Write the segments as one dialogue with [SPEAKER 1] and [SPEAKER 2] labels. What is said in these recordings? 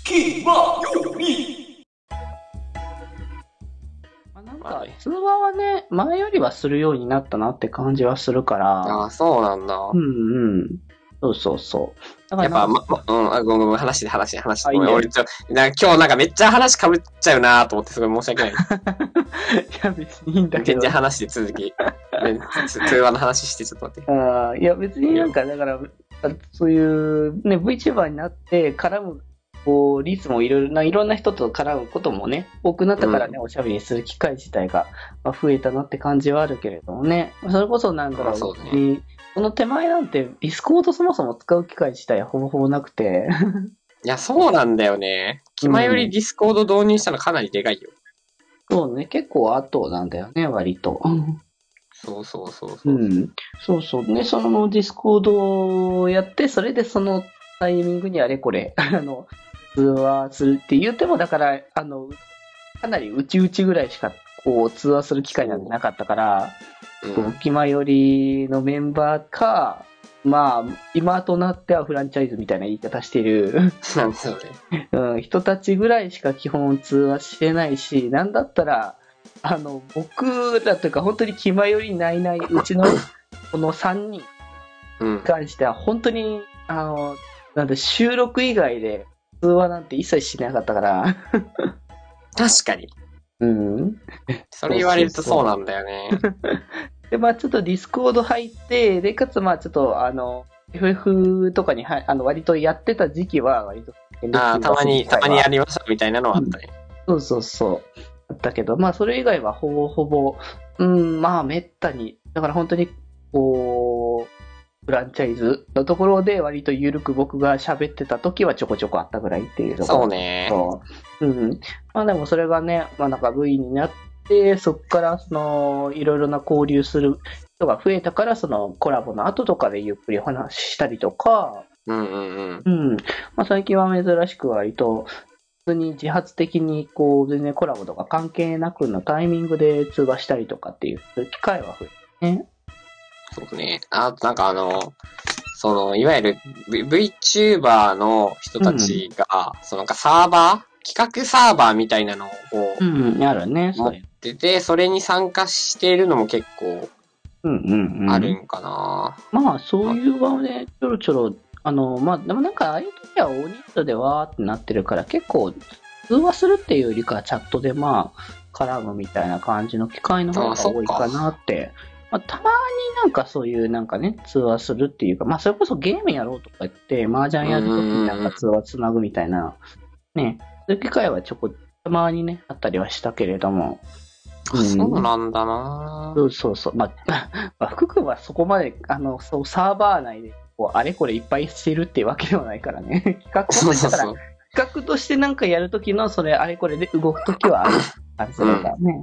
[SPEAKER 1] マヨに
[SPEAKER 2] まあなんか、通話はね、前よりはするようになったなって感じはするから、
[SPEAKER 3] ああ、そうなんだ。
[SPEAKER 2] うんうん。そうそうそう。だか
[SPEAKER 3] や
[SPEAKER 2] ら
[SPEAKER 3] っぱ、
[SPEAKER 2] なんか
[SPEAKER 3] ま、まうん、あ、ごめんごめん、話で話で話
[SPEAKER 2] あ
[SPEAKER 3] で。
[SPEAKER 2] いい
[SPEAKER 3] ご
[SPEAKER 2] ね
[SPEAKER 3] めん俺、ちょ、なんか今日なんかめっちゃ話かぶっちゃうなと思って、すごい申し 訳ない。
[SPEAKER 2] いや、別にいいんだけ
[SPEAKER 3] 全
[SPEAKER 2] ど。
[SPEAKER 3] 然話で続 き、ねつ通話の話して、ちょっと待って。
[SPEAKER 2] あーいや、別になんか、だから、あそういう、ね、VTuber になって絡む、こう、率もいろいろな、いろんな人と絡むこともね、多くなったからね、おしゃべりする機会自体が、まあ、増えたなって感じはあるけれどもね、それこそなんか
[SPEAKER 3] あそうだね
[SPEAKER 2] 別にその手前なんて、ディスコードそもそも使う機会自体ほぼほぼなくて、
[SPEAKER 3] いや、そうなんだよね。気前よりディスコード導入したのかなりでかいよ。
[SPEAKER 2] そうね、結構後なんだよね、割と。
[SPEAKER 3] そうそうそうそうう。
[SPEAKER 2] ん、そうそう。ね、そのディスコードをやって、それでそのタイミングにあれこれ、 あの、通話するって言っても、だから、あの、かなりうちうちぐらいしか、こう、通話する機会なんてなかったから、
[SPEAKER 3] う
[SPEAKER 2] こ
[SPEAKER 3] ん
[SPEAKER 2] う気前よりのメンバーか、まあ、今となってはフランチャイズみたいな言い方してる、
[SPEAKER 3] なんでそれ。
[SPEAKER 2] うん、人たちぐらいしか基本通話してないし、なんだったら、あの、僕らというか、本当に気前よりないないうちの、この3人
[SPEAKER 3] うん
[SPEAKER 2] に。関しては、本当に、あの、なんだ、収録以外で通話なんて一切しなかったから、
[SPEAKER 3] 確かに。
[SPEAKER 2] うん。
[SPEAKER 3] それ言われるとそうなんだよね。
[SPEAKER 2] で、まあちょっとディスコード入って、で、かつ、まあちょっと、あの、FF とかには、あの、割とやってた時期は、割と、
[SPEAKER 3] ああ、たまに、たまにやりましたみたいなのはあったね。
[SPEAKER 2] そうそうそう。だったけど、まあ、それ以外はほぼほぼ、うん、まあ、めったに。だから本当に、こう、フランチャイズのところで割と緩く僕が喋ってた時はちょこちょこあったぐらいっていうところ
[SPEAKER 3] そうね。
[SPEAKER 2] そう。うん。まあでもそれがね、まあなんか V になって、そっからその、いろいろな交流する人が増えたから、そのコラボの後とかでゆっくりお話ししたりとか、
[SPEAKER 3] うんうんうん。
[SPEAKER 2] うん。まあ、最近は珍しく割と、普通に自発的に、こう、全然コラボとか関係なくのタイミングで通話したりとかっていう機会は増え
[SPEAKER 3] そうね。あとなんかあの、その、いわゆる V- VTuber の人たちが、そのなんかサーバー企画サーバーみたいなのをこう、
[SPEAKER 2] うん、あるね。そういう。
[SPEAKER 3] 出て、それに参加しているのも結構
[SPEAKER 2] うんうんうん。
[SPEAKER 3] あるんかな。
[SPEAKER 2] まあ、そういう場をね、ちょろちょろ、あの、まあ、でもなんか、ああいう時は大人数でわーってなってるから、結構、通話するっていうよりかは、チャットでまあ、絡むみたいな感じの機会の方
[SPEAKER 3] あ
[SPEAKER 2] が
[SPEAKER 3] そっか
[SPEAKER 2] 多いかなって。まあ、たまになんかそういうなんかね、通話するっていうか、まあ、それこそゲームやろうとか言って、麻雀やるときになんか通話つなぐみたいな、ね、そういう機会はちょこ、たまにね、あったりはしたけれども。
[SPEAKER 3] あそうなんだな。
[SPEAKER 2] そうそうそう。まあ、 まあ、福君はそこまで、あの、そう、サーバー内で、こう、あれこれいっぱいしてるってわけではないからね。 企画と
[SPEAKER 3] そう
[SPEAKER 2] して
[SPEAKER 3] そう
[SPEAKER 2] だから
[SPEAKER 3] そう。
[SPEAKER 2] 企画としてなんかやるときの、それ、あれこれで動くときはある感じだからね。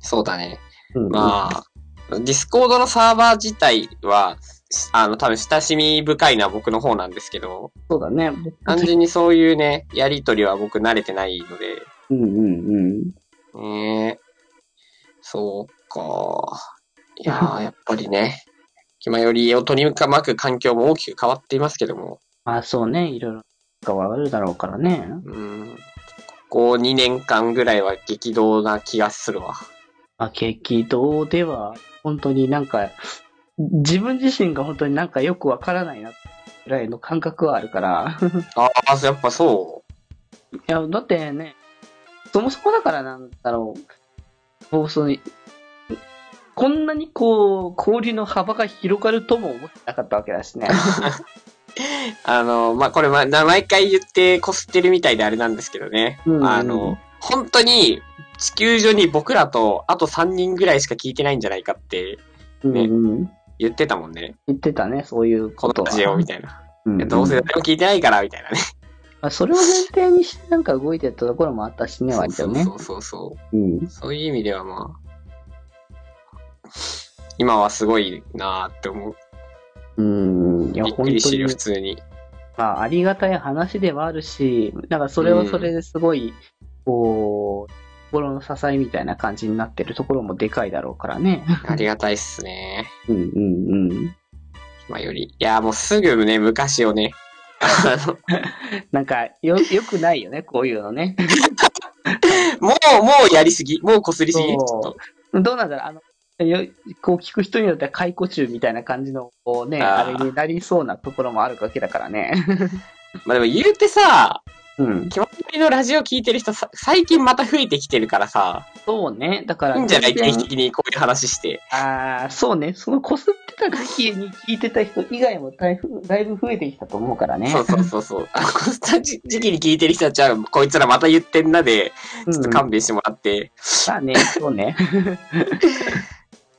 [SPEAKER 3] そうだね。
[SPEAKER 2] うん。
[SPEAKER 3] まあ、ディスコードのサーバー自体は、しあの、多分親しみ深いのは僕の方なんですけど、
[SPEAKER 2] そうだね。
[SPEAKER 3] 単純にそういうね、やりとりは僕慣れてないので、
[SPEAKER 2] うんうんうん。
[SPEAKER 3] ねえそうか。いや ー、やっぱりね、気まよりを取り巻く環境も大きく変わっていますけども、
[SPEAKER 2] まあ、そうね。いろいろ、変わるだろうからね。
[SPEAKER 3] うん、ここ2年間ぐらいは激動な気がするわ。
[SPEAKER 2] まあ、激動では、本当になんか、自分自身が本当になんかよくわからないな、ぐらいの感覚はあるから。
[SPEAKER 3] ああ、やっぱそ
[SPEAKER 2] いや、だってね、そもそもだからなんだろう、もうその、こんなにこう、氷の幅が広がるとも思ってなかったわけだし ね。
[SPEAKER 3] う。あの、まあ、これ、ま、な毎回言ってこすってるみたいであれなんですけどね。
[SPEAKER 2] うん
[SPEAKER 3] あの、本当に地球上に僕らとあと3人ぐらいしか聞いてないんじゃないかって
[SPEAKER 2] うんうん、
[SPEAKER 3] 言ってたもんね。
[SPEAKER 2] 言ってたね、そういう
[SPEAKER 3] こ
[SPEAKER 2] こ
[SPEAKER 3] の
[SPEAKER 2] と
[SPEAKER 3] ラ
[SPEAKER 2] は。
[SPEAKER 3] ジオみたいな。
[SPEAKER 2] うん
[SPEAKER 3] どうせ誰も聞いてないからみたいなね。
[SPEAKER 2] まあそれを前提にしてなんか動いてたところもあったしね、割とね
[SPEAKER 3] そ。うそうそうそう。
[SPEAKER 2] うん
[SPEAKER 3] そういう意味ではまあ、今はすごいなーって思う。
[SPEAKER 2] うん。いや、
[SPEAKER 3] びっく
[SPEAKER 2] 本
[SPEAKER 3] り
[SPEAKER 2] 当
[SPEAKER 3] してる
[SPEAKER 2] に
[SPEAKER 3] よ、普、通に。
[SPEAKER 2] まあ、ありがたい話ではあるし、なんかそれはそれですごい、こう、心の支えみたいな感じになってるところもでかいだろうからね。
[SPEAKER 3] ありがたいっすね。
[SPEAKER 2] うんうんうん。
[SPEAKER 3] 今より。いやーもうすぐね、昔をね、あの、
[SPEAKER 2] なんか、よ、よくないよね、こういうのね。
[SPEAKER 3] もう、もうやりすぎ。もうこすりすぎ。ちょっと
[SPEAKER 2] どうなんだろう、あの、よこう聞く人によっては解雇中みたいな感じの、こうね、あ
[SPEAKER 3] あー
[SPEAKER 2] れになりそうなところもあるわけだからね。
[SPEAKER 3] まあでも言うてさ、
[SPEAKER 2] うん。
[SPEAKER 3] 気持ちりのラジオ聞いてる人さ、最近また増えてきてるからさ、
[SPEAKER 2] そうね、だから、
[SPEAKER 3] いいんじゃない定
[SPEAKER 2] 全
[SPEAKER 3] 期
[SPEAKER 2] 然
[SPEAKER 3] 的にこういう話して。
[SPEAKER 2] ああ、そうね、そのこすってた時に聞いてた人以外もだいぶだいぶ増えてきたと思うからね。
[SPEAKER 3] そうそうそうそう。あの、この時期に聞いてる人たちは、こいつらまた言ってんなで、
[SPEAKER 2] うん
[SPEAKER 3] ちょっと勘弁してもらって、
[SPEAKER 2] まあね、そうね。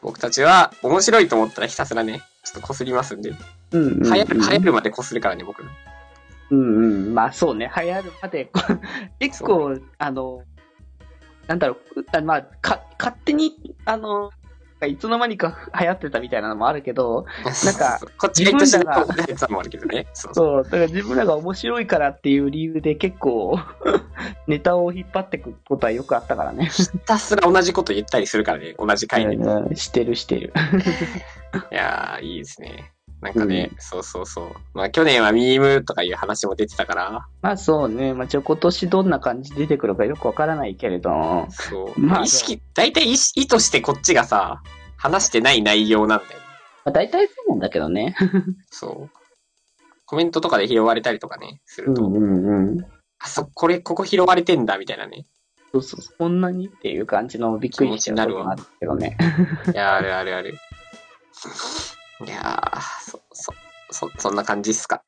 [SPEAKER 3] 僕たちは面白いと思ったらひたすらね、ちょっとこすりますんで、
[SPEAKER 2] うんうん、うん。
[SPEAKER 3] 流行る、流行るまでこするからね、僕。
[SPEAKER 2] うんうん、まあそうね、流行るまで、こ う結構、あの、なんだろう、あまあ、か勝手に、あの、いつの間にか流行ってたみたいなのもあるけど、
[SPEAKER 3] なん
[SPEAKER 2] か、
[SPEAKER 3] こっちが言った
[SPEAKER 2] 自
[SPEAKER 3] し
[SPEAKER 2] 分
[SPEAKER 3] ね、
[SPEAKER 2] らが
[SPEAKER 3] こうやつもあるけどね。そうそう。
[SPEAKER 2] そう、だから自分らが面白いからっていう理由で結構、 ネタを引っ張ってくことはよくあったからね。
[SPEAKER 3] ひたすら同じこと言ったりするからね、同じ回で。い
[SPEAKER 2] うんしてるしてる。
[SPEAKER 3] やー、 いいですね。なんかね、そうそうそう。まあ、去年はミームとかいう話も出てたから、
[SPEAKER 2] まあそうね、まあちょ、今年どんな感じで出てくるかよくわからないけれど、
[SPEAKER 3] そう。
[SPEAKER 2] まあ
[SPEAKER 3] 意識、大体意識意図してこっちがさ、話してない内容なんだよ。
[SPEAKER 2] まあ、大体そうなんだけどね。
[SPEAKER 3] そう。コメントとかで拾われたりとかね、す
[SPEAKER 2] う
[SPEAKER 3] ると、
[SPEAKER 2] んうんうん。
[SPEAKER 3] あ、そ、これ、ここ拾われてんだ、みたいなね。
[SPEAKER 2] そうそうそう、こんなにっていう感じのびっくりしちゃうこともあるけどね。
[SPEAKER 3] いやー、あるあるある。いやー、そ、そ、そ、そんな感じっすか。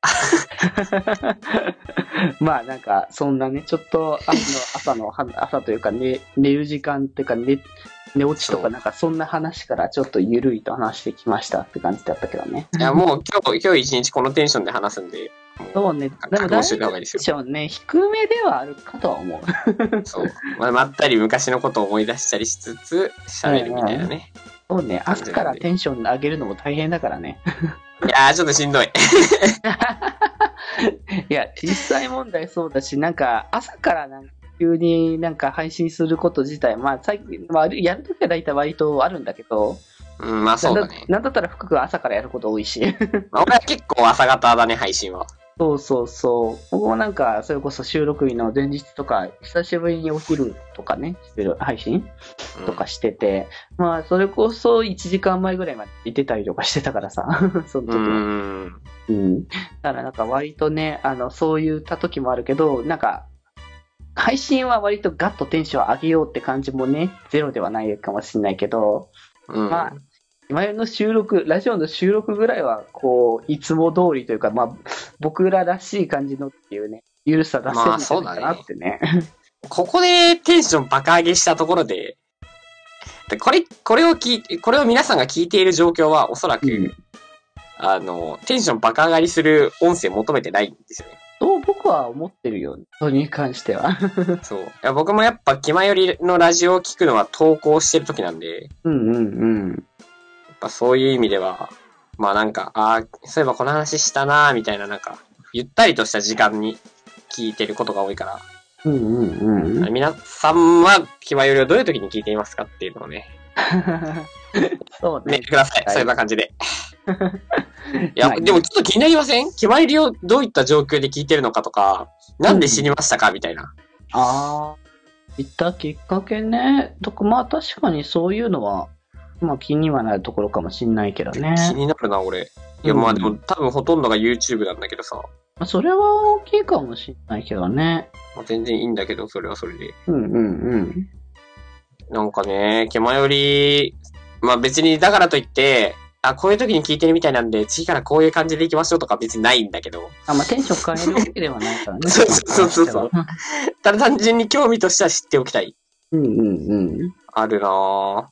[SPEAKER 2] まあなんか、そんなね、ちょっとあの朝の、は朝というか、ね、寝る時間っていうか寝、寝落ちと
[SPEAKER 3] そ
[SPEAKER 2] か、
[SPEAKER 3] う
[SPEAKER 2] なんかそんな話からちょっとゆるいと話してきましたって感じだったけどね。
[SPEAKER 3] いや、もう今日、今日一日このテンションで話すんで、もう、
[SPEAKER 2] そうね、でも
[SPEAKER 3] 覚
[SPEAKER 2] だい
[SPEAKER 3] 悟しておい
[SPEAKER 2] ぶ
[SPEAKER 3] た方がいいです
[SPEAKER 2] テン
[SPEAKER 3] よ。
[SPEAKER 2] ションね、低めではあるかとは思う。
[SPEAKER 3] そう。まあ、まったり昔のことを思い出したりしつつ、喋るみたいなね。
[SPEAKER 2] そうね、朝からテンション上げるのも大変だからね。
[SPEAKER 3] いやー、ちょっとしんどい。
[SPEAKER 2] いや、実際問題そうだし、なんか朝からなんか急になんか配信すること自体、まあ最近、まあ、やるときは大体割とあるんだけど、
[SPEAKER 3] うん、まあそうだね。
[SPEAKER 2] なんだったら福君は朝からやること多いし。
[SPEAKER 3] まあ、俺は結構朝方だね、配信は。
[SPEAKER 2] そうそうそう。僕もなんか、それこそ収録日の前日とか、久しぶりにお昼とかね、してる配信
[SPEAKER 3] うん
[SPEAKER 2] とかしてて、まあ、それこそ1時間前ぐらいまでいてたりとかしてたからさ、 その時
[SPEAKER 3] う
[SPEAKER 2] は。
[SPEAKER 3] ーん。
[SPEAKER 2] うん。だからなんか割とね、あの、そういった時もあるけど、なんか、配信は割とガッとテンション上げようって感じもね、ゼロではないかもしれないけど、
[SPEAKER 3] うん。
[SPEAKER 2] まあ前の収録、ラジオの収録ぐらいは、こう、いつも通りというか、まあ、僕ららしい感じのっていうね、ゆるさ出せるんじゃないかなってね。
[SPEAKER 3] ここでテンション爆上げしたところで、でこれ、これを聞いて、これを皆さんが聞いている状況はおそらく、
[SPEAKER 2] うん
[SPEAKER 3] あの、テンション爆上がりする音声求めてないんですよね。
[SPEAKER 2] と僕は思ってるよ、それに関しては。
[SPEAKER 3] そう。いや僕もやっぱ気前よりのラジオを聞くのは投稿してる時なんで、やっ
[SPEAKER 2] うんうんうん。
[SPEAKER 3] ぱそういう意味では、まあなんか、ああ、そういえばこの話したなーみたいななんか、ゆったりとした時間に聞いてることが多いから、
[SPEAKER 2] うんうんうん。
[SPEAKER 3] 皆さんは気前よりをどういう時に聞いていますかっていうのをね、
[SPEAKER 2] そう
[SPEAKER 3] メ
[SPEAKER 2] ね
[SPEAKER 3] ール。ください。
[SPEAKER 2] はい
[SPEAKER 3] そんな感 じで。いや、
[SPEAKER 2] まあ
[SPEAKER 3] でもちょっと気になりません気前入りをどういった状況で聞いてるのかとか、なんで死にましたかみたいな。
[SPEAKER 2] ああ、言ったきっかけね。とかまあ確かにそういうのは、まあ気にはなるところかもしんないけどね。
[SPEAKER 3] 気になるな、俺。いや、まあで
[SPEAKER 2] う
[SPEAKER 3] も多分ほとんどが YouTube なんだけどさ。
[SPEAKER 2] まあそれは大きいかもしんないけどね。
[SPEAKER 3] まあ、全然いいんだけど、それはそれで。
[SPEAKER 2] うんうんうん。
[SPEAKER 3] なんかね、気前より、まあ別にだからといって、あ、こういう時に聞いてるみたいなんで、次からこういう感じでいきましょうとか別にないんだけど。
[SPEAKER 2] あ、まあ、テンション変えるわけではないからね。
[SPEAKER 3] そうそうそうそう。ただ単純に興味としては知っておきたい。
[SPEAKER 2] うんうんうん。
[SPEAKER 3] あるなぁ。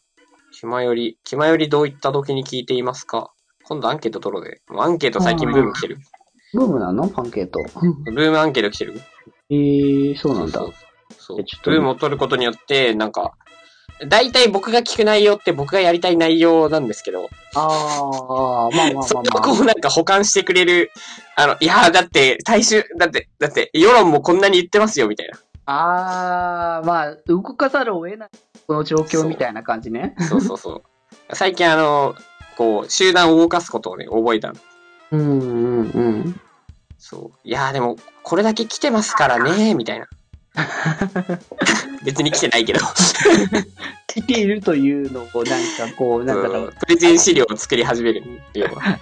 [SPEAKER 3] 気まより、気まよりどういった時に聞いていますか今度アンケート取ろうぜ。もうアンケート最近ブーム来てる。
[SPEAKER 2] ブームなのパンケート。
[SPEAKER 3] ブームアンケート来てる。
[SPEAKER 2] えー、そうなんだ
[SPEAKER 3] そ。うそう
[SPEAKER 2] えちょっと
[SPEAKER 3] ブームを取ることによって、なんか、大体僕が聞く内容って僕がやりたい内容なんですけど、
[SPEAKER 2] あー、まあまあ
[SPEAKER 3] そ
[SPEAKER 2] ま
[SPEAKER 3] れを
[SPEAKER 2] あま
[SPEAKER 3] こうなんか保管してくれる、あの、いやーだって、大衆、だって、だって、世論もこんなに言ってますよ、みたい
[SPEAKER 2] あ。あー、まあ、動かざるを得ない、この状況みたいな感じね。
[SPEAKER 3] な。そうそうそう。最近あの、こう、集団を動かすことをね、覚えたの
[SPEAKER 2] うんうんうん。
[SPEAKER 3] そう。いやーでも、これだけ来てますからね、みたいな。別に来てないけど。
[SPEAKER 2] 来ているというのを、なんかこう、なんだろ
[SPEAKER 3] うん
[SPEAKER 2] う。
[SPEAKER 3] プレゼン資料を作り始めるっていうのは。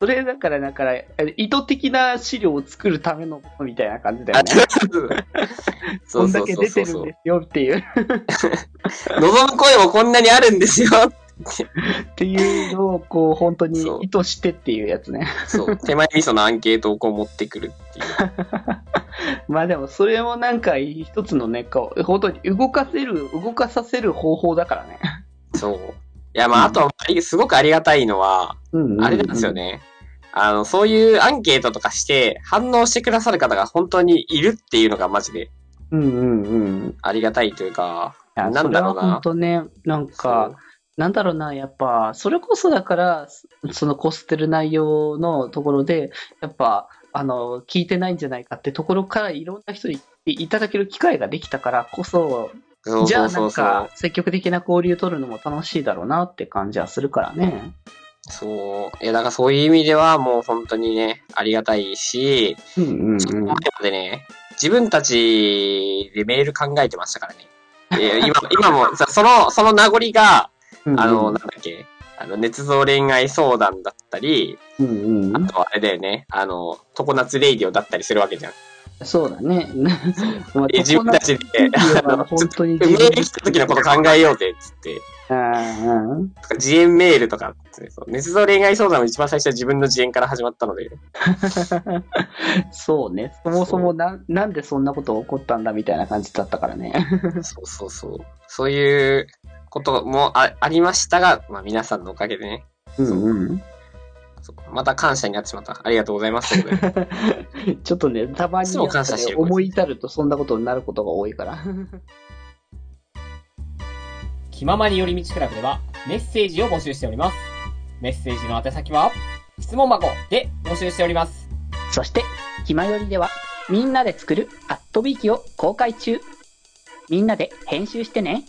[SPEAKER 2] それだから、だから、意図的な資料を作るためのものみたいな感じだよ
[SPEAKER 3] あ
[SPEAKER 2] ね。
[SPEAKER 3] そ
[SPEAKER 2] こ
[SPEAKER 3] うんそ
[SPEAKER 2] だ
[SPEAKER 3] うそ
[SPEAKER 2] け
[SPEAKER 3] う
[SPEAKER 2] 出
[SPEAKER 3] そ
[SPEAKER 2] て
[SPEAKER 3] う
[SPEAKER 2] る
[SPEAKER 3] そ
[SPEAKER 2] ん
[SPEAKER 3] う
[SPEAKER 2] で。すよっていう、
[SPEAKER 3] 望む声もこんなにあるんですよ。
[SPEAKER 2] っていうのを、こう、本当に
[SPEAKER 3] そう
[SPEAKER 2] 意図してっていうやつね。
[SPEAKER 3] そう。手前味噌のアンケートをこう持ってくるっていう。
[SPEAKER 2] まあでも、それもなんか一つのね、こう、本当に動かせる、動かさせる方法だからね。
[SPEAKER 3] そう。いや、まあ、あとは、すごくありがたいのは、
[SPEAKER 2] うん
[SPEAKER 3] あれなんですよ。ね。あの、そういうアンケートとかして、反応してくださる方が本当にいるっていうのがマジで
[SPEAKER 2] うんうんうん。い
[SPEAKER 3] ありがたいというか、
[SPEAKER 2] や
[SPEAKER 3] なんだろう
[SPEAKER 2] それは本
[SPEAKER 3] な。
[SPEAKER 2] 当ね、なんか、なんだろうな、やっぱ、それこそだから、そそのこすってる内容のところで、やっぱ、あの、聞いてないんじゃないかってところからいろんな人に言っていただける機会ができたからこそ、
[SPEAKER 3] そう
[SPEAKER 2] じゃあ
[SPEAKER 3] そう
[SPEAKER 2] な
[SPEAKER 3] そ
[SPEAKER 2] ん
[SPEAKER 3] うそう
[SPEAKER 2] か。、積極的な交流取るのも楽しいだろうなって感じはするからね。
[SPEAKER 3] そう。いや、だからそういう意味では、もう本当にね、ありがたいし、
[SPEAKER 2] うんうん
[SPEAKER 3] ちょっと前までね、自分たちでメール考えてましたからね。え ー今、今も、さその、その名残が、
[SPEAKER 2] うん。
[SPEAKER 3] あの、なん、だっけ、あの、捏造恋愛相談だったり、
[SPEAKER 2] うんう
[SPEAKER 3] あ
[SPEAKER 2] ん。
[SPEAKER 3] とはあれだよね、あの、常夏レイディオだったりするわけじゃん。
[SPEAKER 2] そうだ ね。まあ
[SPEAKER 3] え自分たちで、あ
[SPEAKER 2] は
[SPEAKER 3] の、ちょ
[SPEAKER 2] 本
[SPEAKER 3] っと
[SPEAKER 2] 当に
[SPEAKER 3] メ
[SPEAKER 2] 自
[SPEAKER 3] ー
[SPEAKER 2] 分
[SPEAKER 3] ル来た時のこと考えようぜ、っつって。
[SPEAKER 2] うんうん。
[SPEAKER 3] とか自演メールとか、そう捏造恋愛相談も一番最初は自分の自演から始まったので、
[SPEAKER 2] そうね。そもそもななんでそんなこと起こったんだみたいな感じだったからね。
[SPEAKER 3] そうそうそう。そういうこともあありましたが、まあ皆さんのおかげでね、
[SPEAKER 2] うんうん。
[SPEAKER 3] そうまた感謝になってしまった。ありがとうございます。ということで
[SPEAKER 2] ちょっとね、たまに
[SPEAKER 3] いつも感謝してる
[SPEAKER 2] 思い至るとそんなことになることが多い から。
[SPEAKER 1] 気ままに寄り道クラブではメッセージを募集しております。メッセージの宛先は、質問箱で募集しております。
[SPEAKER 2] そして、ひまよりでは、みんなで作るアットビーキを公開中。みんなで編集してね。